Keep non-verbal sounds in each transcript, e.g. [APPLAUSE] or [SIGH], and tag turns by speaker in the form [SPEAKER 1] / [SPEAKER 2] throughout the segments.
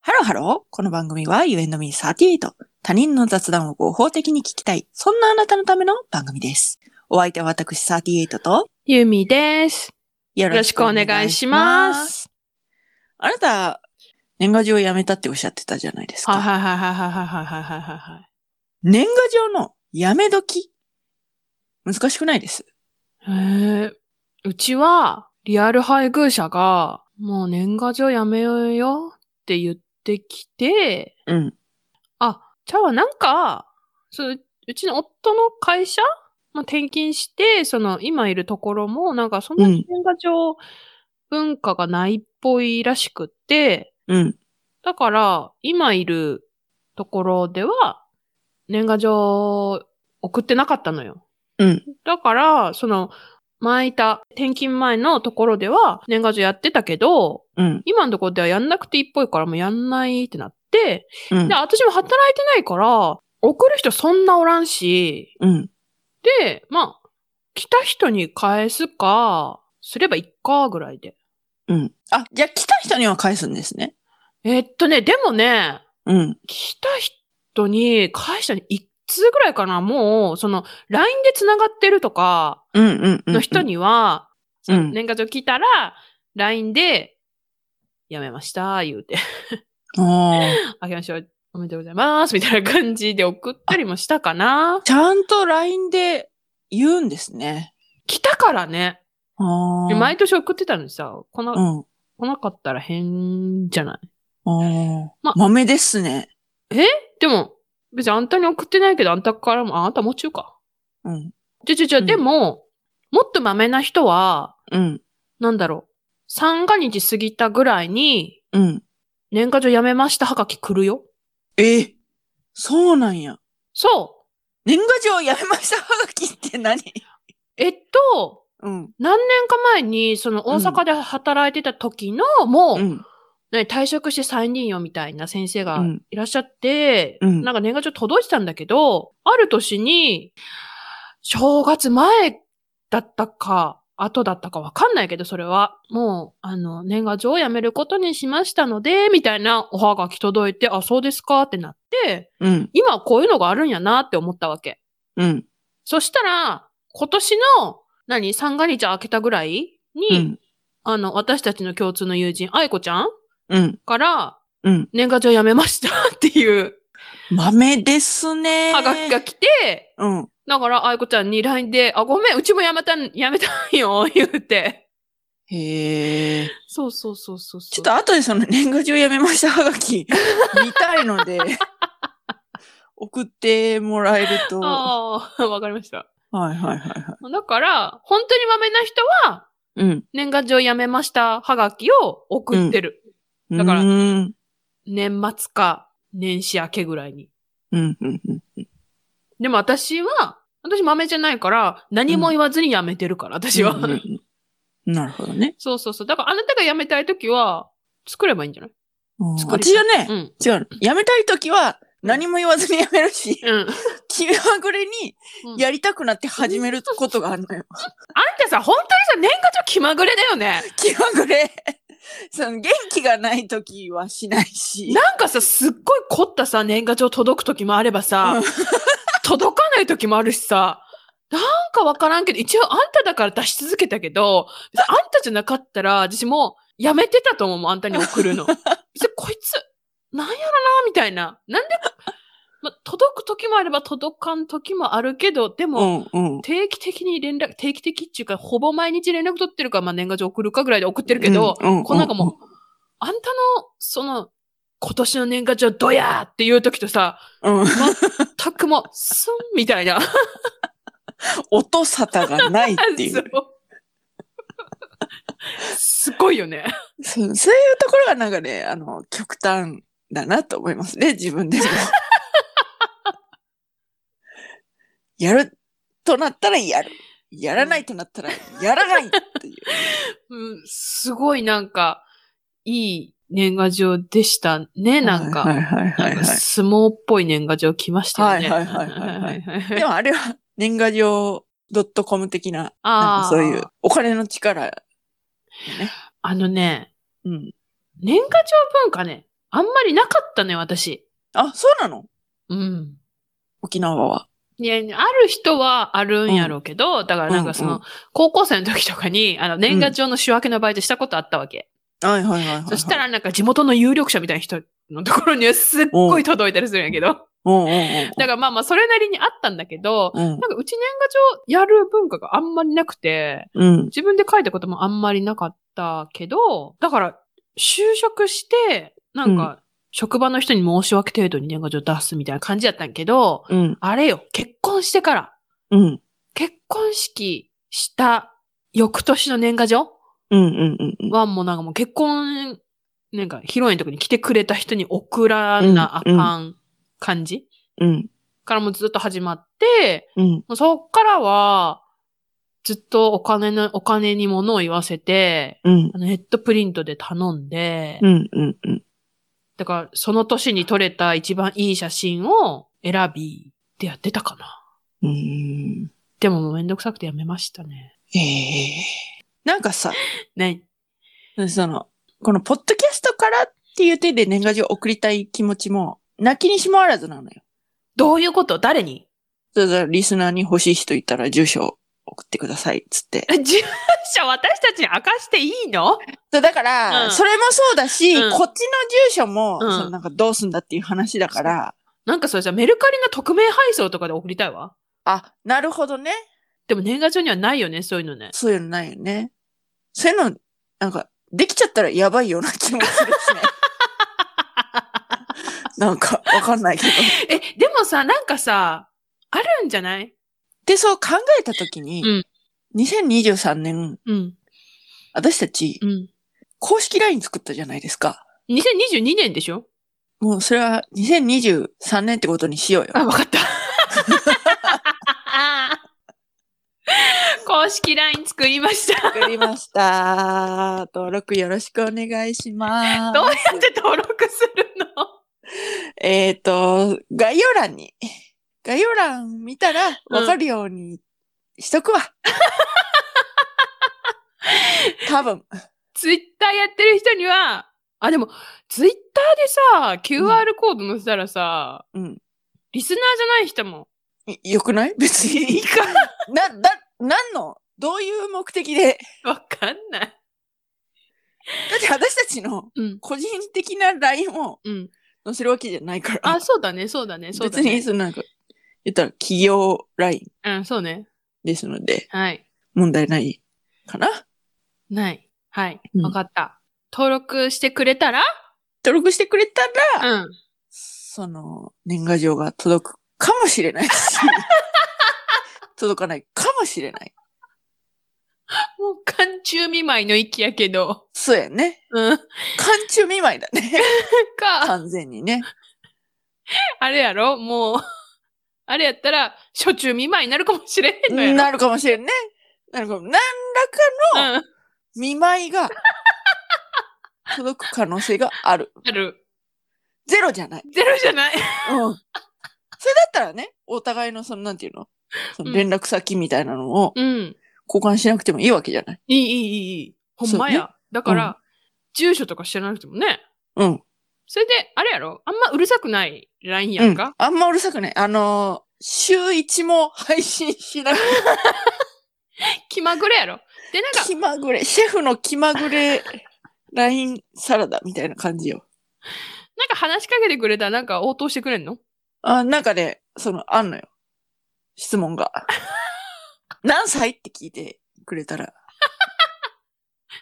[SPEAKER 1] ハローこの番組は You and me38。他人の雑談を合法的に聞きたい。そんなあなたのための番組です。お相手は私38と
[SPEAKER 2] ゆみです。
[SPEAKER 1] よ
[SPEAKER 2] ろしくお願いします
[SPEAKER 1] す。あなた、年賀状をやめたっておっしゃってたじゃないですか。
[SPEAKER 2] はいはいはいはいはいはいはいはいはいはい。
[SPEAKER 1] 年賀状のやめ時。難しくないです。
[SPEAKER 2] へーうちは、リアル配偶者が、もう年賀状やめようよって言ってきて、
[SPEAKER 1] うん。
[SPEAKER 2] あ、じゃあなんか、そう、うちの夫の会社、まあ、転勤して、その、今いるところも、なんかそんなに年賀状文化がないっぽいらしくって、
[SPEAKER 1] うん。
[SPEAKER 2] だから、今いるところでは、年賀状送ってなかったのよ。
[SPEAKER 1] うん。
[SPEAKER 2] だから、その、前いた転勤前のところでは年賀状やってたけど、
[SPEAKER 1] うん。
[SPEAKER 2] 今のところではやんなくていいっぽいからもうやんないってなって、
[SPEAKER 1] うん
[SPEAKER 2] で、。私も働いてないから、送る人そんなおらんし、
[SPEAKER 1] うん。
[SPEAKER 2] で、まあ、来た人に返すか、すればいっかぐらいで。
[SPEAKER 1] うん。あ、じゃあ来た人には返すんですね。
[SPEAKER 2] えっとね、でもね、
[SPEAKER 1] うん。
[SPEAKER 2] 来た人に、会社に一通ぐらいかな、もう、その、LINE で繋がってるとか
[SPEAKER 1] うんうんうんうん。
[SPEAKER 2] の人には、
[SPEAKER 1] うん
[SPEAKER 2] その年賀状来たら、LINE で、やめました、言うて、
[SPEAKER 1] あー。
[SPEAKER 2] あげましょう、おめでとうございます、みたいな感じで送ったりもしたかな。
[SPEAKER 1] ちゃんと LINE で言うんですね。
[SPEAKER 2] 来たからね。
[SPEAKER 1] あー
[SPEAKER 2] 毎年送ってたのにさ、来な,、
[SPEAKER 1] うん。
[SPEAKER 2] 来なかったら変じゃない
[SPEAKER 1] ああ
[SPEAKER 2] ま。
[SPEAKER 1] 豆ですね。
[SPEAKER 2] でも、別にあんたに送ってないけど、あんたからも、ああんたも中か。
[SPEAKER 1] うん。
[SPEAKER 2] ちょちょちょ、
[SPEAKER 1] うん
[SPEAKER 2] でも、もっとまめな人は、
[SPEAKER 1] うん。
[SPEAKER 2] なんだろう。三が日過ぎたぐらいに、
[SPEAKER 1] うん。
[SPEAKER 2] 年賀状やめましたはがき来るよ。
[SPEAKER 1] ええそうなんや。
[SPEAKER 2] そ
[SPEAKER 1] 年賀状やめましたはがきって何
[SPEAKER 2] う。えっと、
[SPEAKER 1] うん。
[SPEAKER 2] 何年か前に、その大阪で働いてた時の、もう、
[SPEAKER 1] うん。
[SPEAKER 2] ね退職して再任用みたいな先生が
[SPEAKER 1] うん
[SPEAKER 2] いらっしゃって、
[SPEAKER 1] うん
[SPEAKER 2] なんか年賀状届いてたんだけど、ある年に、正月前だったか、後だったかわかんないけど、それは。もう、あの、年賀状をやめることにしましたので、みたいなおはがき届いて、あ、そうですかってなって、
[SPEAKER 1] うん。
[SPEAKER 2] 今はこういうのがあるんやなって思ったわけ。
[SPEAKER 1] うん。
[SPEAKER 2] そしたら、今年の、何、三が日明けたぐらい
[SPEAKER 1] う
[SPEAKER 2] に、
[SPEAKER 1] ん。
[SPEAKER 2] あの、私たちの共通の友人、愛子ちゃん
[SPEAKER 1] うん。
[SPEAKER 2] から、
[SPEAKER 1] うん。
[SPEAKER 2] 年賀状やめましたっていう
[SPEAKER 1] 豆ですね。
[SPEAKER 2] ハガキが来て、
[SPEAKER 1] うん。
[SPEAKER 2] だから、愛子ちゃんに LINE で、あ、ごめん、うちもやめたん、やめたんよ、言うて。
[SPEAKER 1] へえ。
[SPEAKER 2] そうそうそうそうそう。
[SPEAKER 1] ちょっと後でその年賀状やめましたはが
[SPEAKER 2] [LAUGHS]
[SPEAKER 1] き見たいので、送ってもらえると。は
[SPEAKER 2] ああ、わかりました。
[SPEAKER 1] いはいはいは
[SPEAKER 2] だから、本当にまめな人は、
[SPEAKER 1] い。うん。
[SPEAKER 2] 年賀状やめましたハガキを送ってる。だから
[SPEAKER 1] うん。
[SPEAKER 2] 年末か、年始明けぐらいに。
[SPEAKER 1] うん。うん。うん
[SPEAKER 2] でも私は、私豆じゃないから、何も言わずにやめてるから、私は。
[SPEAKER 1] うんうんうんなるほどね。
[SPEAKER 2] [LAUGHS] そうそうそう。だから、あなたがやめたいときは、作ればいいんじゃない
[SPEAKER 1] うん
[SPEAKER 2] 作り
[SPEAKER 1] 私はね、
[SPEAKER 2] うん。
[SPEAKER 1] 違うの。やめたいときは何も言わずにやめるし、
[SPEAKER 2] うん。
[SPEAKER 1] 気まぐれに
[SPEAKER 2] うん
[SPEAKER 1] やりたくなって始めることがあるのよ。
[SPEAKER 2] あんたさ、本当にさ、年賀状気まぐれだよね。
[SPEAKER 1] 気まぐれ。 [LAUGHS] その元気がないときはしないし。
[SPEAKER 2] なんかさ、すっごい凝ったさ、年賀状届くときもあればさ
[SPEAKER 1] うん、
[SPEAKER 2] 届かないときもあるしさ、なんかわからんけど、一応あんただから出し続けたけど、別にあんたじゃなかったら、私もうやめてたと思うもん、あんたに送る
[SPEAKER 1] [LAUGHS]
[SPEAKER 2] の。別にこいつ、なんやろな、みたいな。なんで、ま、届くときもあれば届かんときもあるけど、で
[SPEAKER 1] う
[SPEAKER 2] も、
[SPEAKER 1] んうん。
[SPEAKER 2] 定期的に連絡、定期的っていうか、ほぼ毎日連絡取ってるから、まあ、年賀状送るかぐらいで送ってるけど、
[SPEAKER 1] うん
[SPEAKER 2] こうなんかもう、あんたの、その、今年の年賀状どやーっていう時とさ、
[SPEAKER 1] うん、うん
[SPEAKER 2] たくも、すんみたいな。
[SPEAKER 1] 音沙汰がないってい
[SPEAKER 2] [LAUGHS] そうう。すごいよね。
[SPEAKER 1] そう。そういうところがなんかね、あの、極端だなと思いますね、自分でも。 [LAUGHS] やるとなったらやる。やらないとなったらやらないっていう。
[SPEAKER 2] うん、すごいなんか、いい年賀状でしたね、なんか。
[SPEAKER 1] はいはいは
[SPEAKER 2] ないん
[SPEAKER 1] は
[SPEAKER 2] か
[SPEAKER 1] い。
[SPEAKER 2] 相撲っぽい年賀状来ましたよね。
[SPEAKER 1] はいはいはいはいはい
[SPEAKER 2] はい [LAUGHS] はい。
[SPEAKER 1] でもあれは年賀状 .com 的な、なん
[SPEAKER 2] あ
[SPEAKER 1] か
[SPEAKER 2] あ、
[SPEAKER 1] そういう。お金の力。
[SPEAKER 2] あのね、
[SPEAKER 1] うん。
[SPEAKER 2] 年賀状文化ね、あんまりなかったね、私。
[SPEAKER 1] あ、そうなの
[SPEAKER 2] うん。
[SPEAKER 1] 沖縄は。
[SPEAKER 2] いや、ある人はあるんやろうけど、だからなんかその、
[SPEAKER 1] うんうん
[SPEAKER 2] 高校生の時とかに、あの、年賀状の仕分けのバイトしたことあったわけ。
[SPEAKER 1] はいはいはいはい、はい。
[SPEAKER 2] そした、らなんか地元の有力者みたいな人のところにはすっごい届いたりするんやけど。
[SPEAKER 1] うんうんうん
[SPEAKER 2] だからまあまあ、それなりにあったんだけど、
[SPEAKER 1] うん。
[SPEAKER 2] なんかうち年賀状やる文化があんまりなくて、
[SPEAKER 1] うん。
[SPEAKER 2] 自分で書いたこともあんまりなかったけど、だから、就職して、なんか、職場の人に申し訳程度に年賀状出すみたいな感じやったんやけど、
[SPEAKER 1] うん。
[SPEAKER 2] あれよ、結婚してから、
[SPEAKER 1] うん。
[SPEAKER 2] 結婚式した翌年の年賀状
[SPEAKER 1] うん。うん。うん。
[SPEAKER 2] はもうなんかもう結婚、なんか披露宴の時に来てくれた人に送らなあかん感じ、
[SPEAKER 1] うん。
[SPEAKER 2] からもうずっと始まって、
[SPEAKER 1] うん。
[SPEAKER 2] もうそっからは、ずっとお金の、お金に物を言わせて、
[SPEAKER 1] うん。
[SPEAKER 2] あのネットプリントで頼んで、
[SPEAKER 1] うん。うん。うん。
[SPEAKER 2] だからその年に撮れた一番いい写真を選びってやってたかな。
[SPEAKER 1] うん。
[SPEAKER 2] でももうめんどくさくてやめましたね。
[SPEAKER 1] ええなんかさ、
[SPEAKER 2] ね。
[SPEAKER 1] その、このポッドキャストからっていう手で年賀状を送りたい気持ちも、泣きにしもあらずなのよ。
[SPEAKER 2] どういうこと誰に
[SPEAKER 1] そうそう、リスナーに欲しい人いたら住所送ってください、つって。
[SPEAKER 2] 住所私たちに明かしていいの
[SPEAKER 1] そうだから、
[SPEAKER 2] うん
[SPEAKER 1] それもそうだし、
[SPEAKER 2] うん
[SPEAKER 1] こっちの住所も、
[SPEAKER 2] うん
[SPEAKER 1] そのなんかどうすんだっていう話だから、
[SPEAKER 2] なんかそれじゃメルカリの匿名配送とかで送りたいわ。
[SPEAKER 1] あ、なるほどね。
[SPEAKER 2] でも年賀状にはないよね、そういうのね。
[SPEAKER 1] そういうのないよね。そういうの、なんか、できちゃったらやばいような気もする [LAUGHS] しね。なんか、わかんないけど。
[SPEAKER 2] え、でもさ、なんかさ、あるんじゃない
[SPEAKER 1] で、そう考えたときに、
[SPEAKER 2] うん
[SPEAKER 1] 2023年、
[SPEAKER 2] うん。
[SPEAKER 1] 私たち、
[SPEAKER 2] うん。
[SPEAKER 1] 公式 LINE 作ったじゃないですか。
[SPEAKER 2] 2022年でしょ
[SPEAKER 1] もうそれは2023年ってことにしようよ。
[SPEAKER 2] あ、わかった。 [LAUGHS] 公式 LINE 作りました。
[SPEAKER 1] 作りました。登録よろしくお願いします。
[SPEAKER 2] どうやって登録するの
[SPEAKER 1] えっ、と、概要欄に、概要欄見たらわかるようにしとく
[SPEAKER 2] [LAUGHS]
[SPEAKER 1] わ。多分。
[SPEAKER 2] ツイッターやってる人には、あ、でも、ツイッターでさ、QR コード載せたらさ、
[SPEAKER 1] うん。い
[SPEAKER 2] リスナーじゃない人も、
[SPEAKER 1] よくない別
[SPEAKER 2] い
[SPEAKER 1] に
[SPEAKER 2] い。 [LAUGHS] か
[SPEAKER 1] な、だ、なんのどういう目的で
[SPEAKER 2] わかんない。
[SPEAKER 1] だって私たちの
[SPEAKER 2] うん。
[SPEAKER 1] 個人的な LINE を
[SPEAKER 2] うん。
[SPEAKER 1] 載せるわけじゃないから。
[SPEAKER 2] あ、そうだね、そうだね、そうだ
[SPEAKER 1] 別
[SPEAKER 2] ね。
[SPEAKER 1] に、そのなんか、言ったら企業 LINE
[SPEAKER 2] うん、そうね。
[SPEAKER 1] ですので、
[SPEAKER 2] はい。
[SPEAKER 1] 問題ないかな
[SPEAKER 2] ない。はい。
[SPEAKER 1] うん
[SPEAKER 2] わかった。登録してくれたら
[SPEAKER 1] 登録してくれたら、
[SPEAKER 2] うん。
[SPEAKER 1] その、年賀状が届くかもしれ
[SPEAKER 2] [LAUGHS]
[SPEAKER 1] ないし、届かないかもしれない。
[SPEAKER 2] もう、寒中見舞いの域やけど。
[SPEAKER 1] そうやね。
[SPEAKER 2] うん。
[SPEAKER 1] 寒中見舞いだね。
[SPEAKER 2] か、
[SPEAKER 1] 完全にね。
[SPEAKER 2] あれやろもう、 [LAUGHS] あれやったら、初中見舞いになるかもしれへんのやろ。
[SPEAKER 1] なるかもしれんね。なるかも。何らかの
[SPEAKER 2] うん。
[SPEAKER 1] 見舞い
[SPEAKER 2] [LAUGHS]
[SPEAKER 1] が届く可能性がある。
[SPEAKER 2] ある。
[SPEAKER 1] ゼロじゃない。
[SPEAKER 2] ゼロじゃない。
[SPEAKER 1] うん。それだったらね、お互いのその、なんていうのその
[SPEAKER 2] うん
[SPEAKER 1] 連絡先みたいなのを
[SPEAKER 2] うん。
[SPEAKER 1] 交換しなくてもいいわけじゃない。
[SPEAKER 2] いい、いい、いい、いい。ほんまや。
[SPEAKER 1] そう
[SPEAKER 2] だから、
[SPEAKER 1] う
[SPEAKER 2] 住所とか知らなくてもね。
[SPEAKER 1] うん。
[SPEAKER 2] それで、あれやろあんまうるさくない LINE や
[SPEAKER 1] うんん
[SPEAKER 2] か、。
[SPEAKER 1] あんまうるさくない。あのー週一も配信しない。
[SPEAKER 2] 気まぐれやろで、なんか、
[SPEAKER 1] 気まぐれ、シェフの気まぐれ LINE サラダみたいな感じよ。
[SPEAKER 2] なんか話しかけてくれたらなんか応答してくれんの
[SPEAKER 1] あ、なんかね、その、あんのよ。質問
[SPEAKER 2] [LAUGHS]
[SPEAKER 1] が。何歳って聞いてくれたら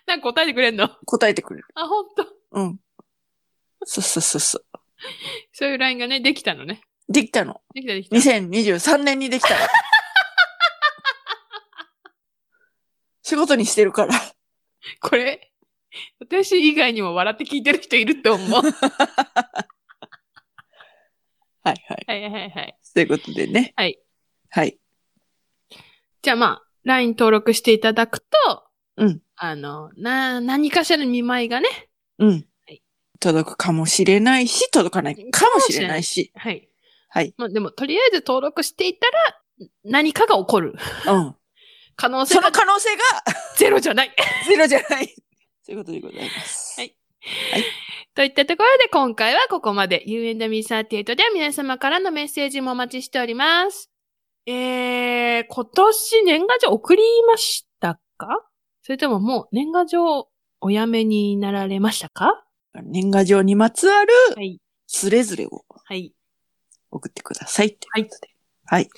[SPEAKER 2] なんか答えてくれんの
[SPEAKER 1] 答えてくれる。
[SPEAKER 2] あ、ほんと。
[SPEAKER 1] うん。そうそうそうそ
[SPEAKER 2] そういう LINE がね、できたのね。
[SPEAKER 1] う。できたの。
[SPEAKER 2] できた、できた。
[SPEAKER 1] 2023年にできたの。
[SPEAKER 2] [LAUGHS]
[SPEAKER 1] 仕事にしてるから。
[SPEAKER 2] これ、 [LAUGHS] 私以外にも笑って聞いてる人いると思う。はい
[SPEAKER 1] はいはい。
[SPEAKER 2] はいはいはい。
[SPEAKER 1] ということでね。
[SPEAKER 2] はい。
[SPEAKER 1] はい。
[SPEAKER 2] じゃあまあ、LINE 登録していただくと、
[SPEAKER 1] うん。
[SPEAKER 2] あの、な、何かしらの見舞いがね、
[SPEAKER 1] うん
[SPEAKER 2] はい。
[SPEAKER 1] 届くかもしれないし、届かないかもしれないし。
[SPEAKER 2] はい。
[SPEAKER 1] はい。
[SPEAKER 2] まあでも、とりあえず登録していたら、何かが起こる。
[SPEAKER 1] うん。
[SPEAKER 2] 可能性
[SPEAKER 1] そ
[SPEAKER 2] が
[SPEAKER 1] の可能性 [LAUGHS] が
[SPEAKER 2] ゼロじゃない。 [LAUGHS]
[SPEAKER 1] ゼロじゃない。ということでございます。
[SPEAKER 2] はいといったところで今回はここまで。You and me38 では皆様からのメッセージもお待ちしております。えー、今年年賀状送りましたかそれとももう年賀状おやめになられましたか
[SPEAKER 1] 年賀状にまつわる、
[SPEAKER 2] はい。
[SPEAKER 1] つれづれを
[SPEAKER 2] はい。
[SPEAKER 1] 送ってくださいって。
[SPEAKER 2] はい。
[SPEAKER 1] はい。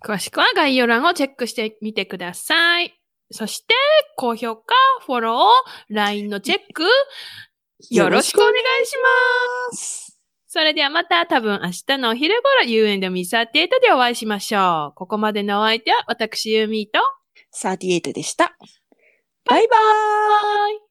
[SPEAKER 2] 詳しくは概要欄をチェックしてみてください。そして、高評価、フォロー、LINE のチェック、よろしくお願いしま
[SPEAKER 1] ま
[SPEAKER 2] す。
[SPEAKER 1] す。
[SPEAKER 2] それではまた多分明日のお昼頃 You and me38 でお会いしましょう。ここまでのお相手は私ユーミーと、
[SPEAKER 1] 38でした。バイバーイ
[SPEAKER 2] バイ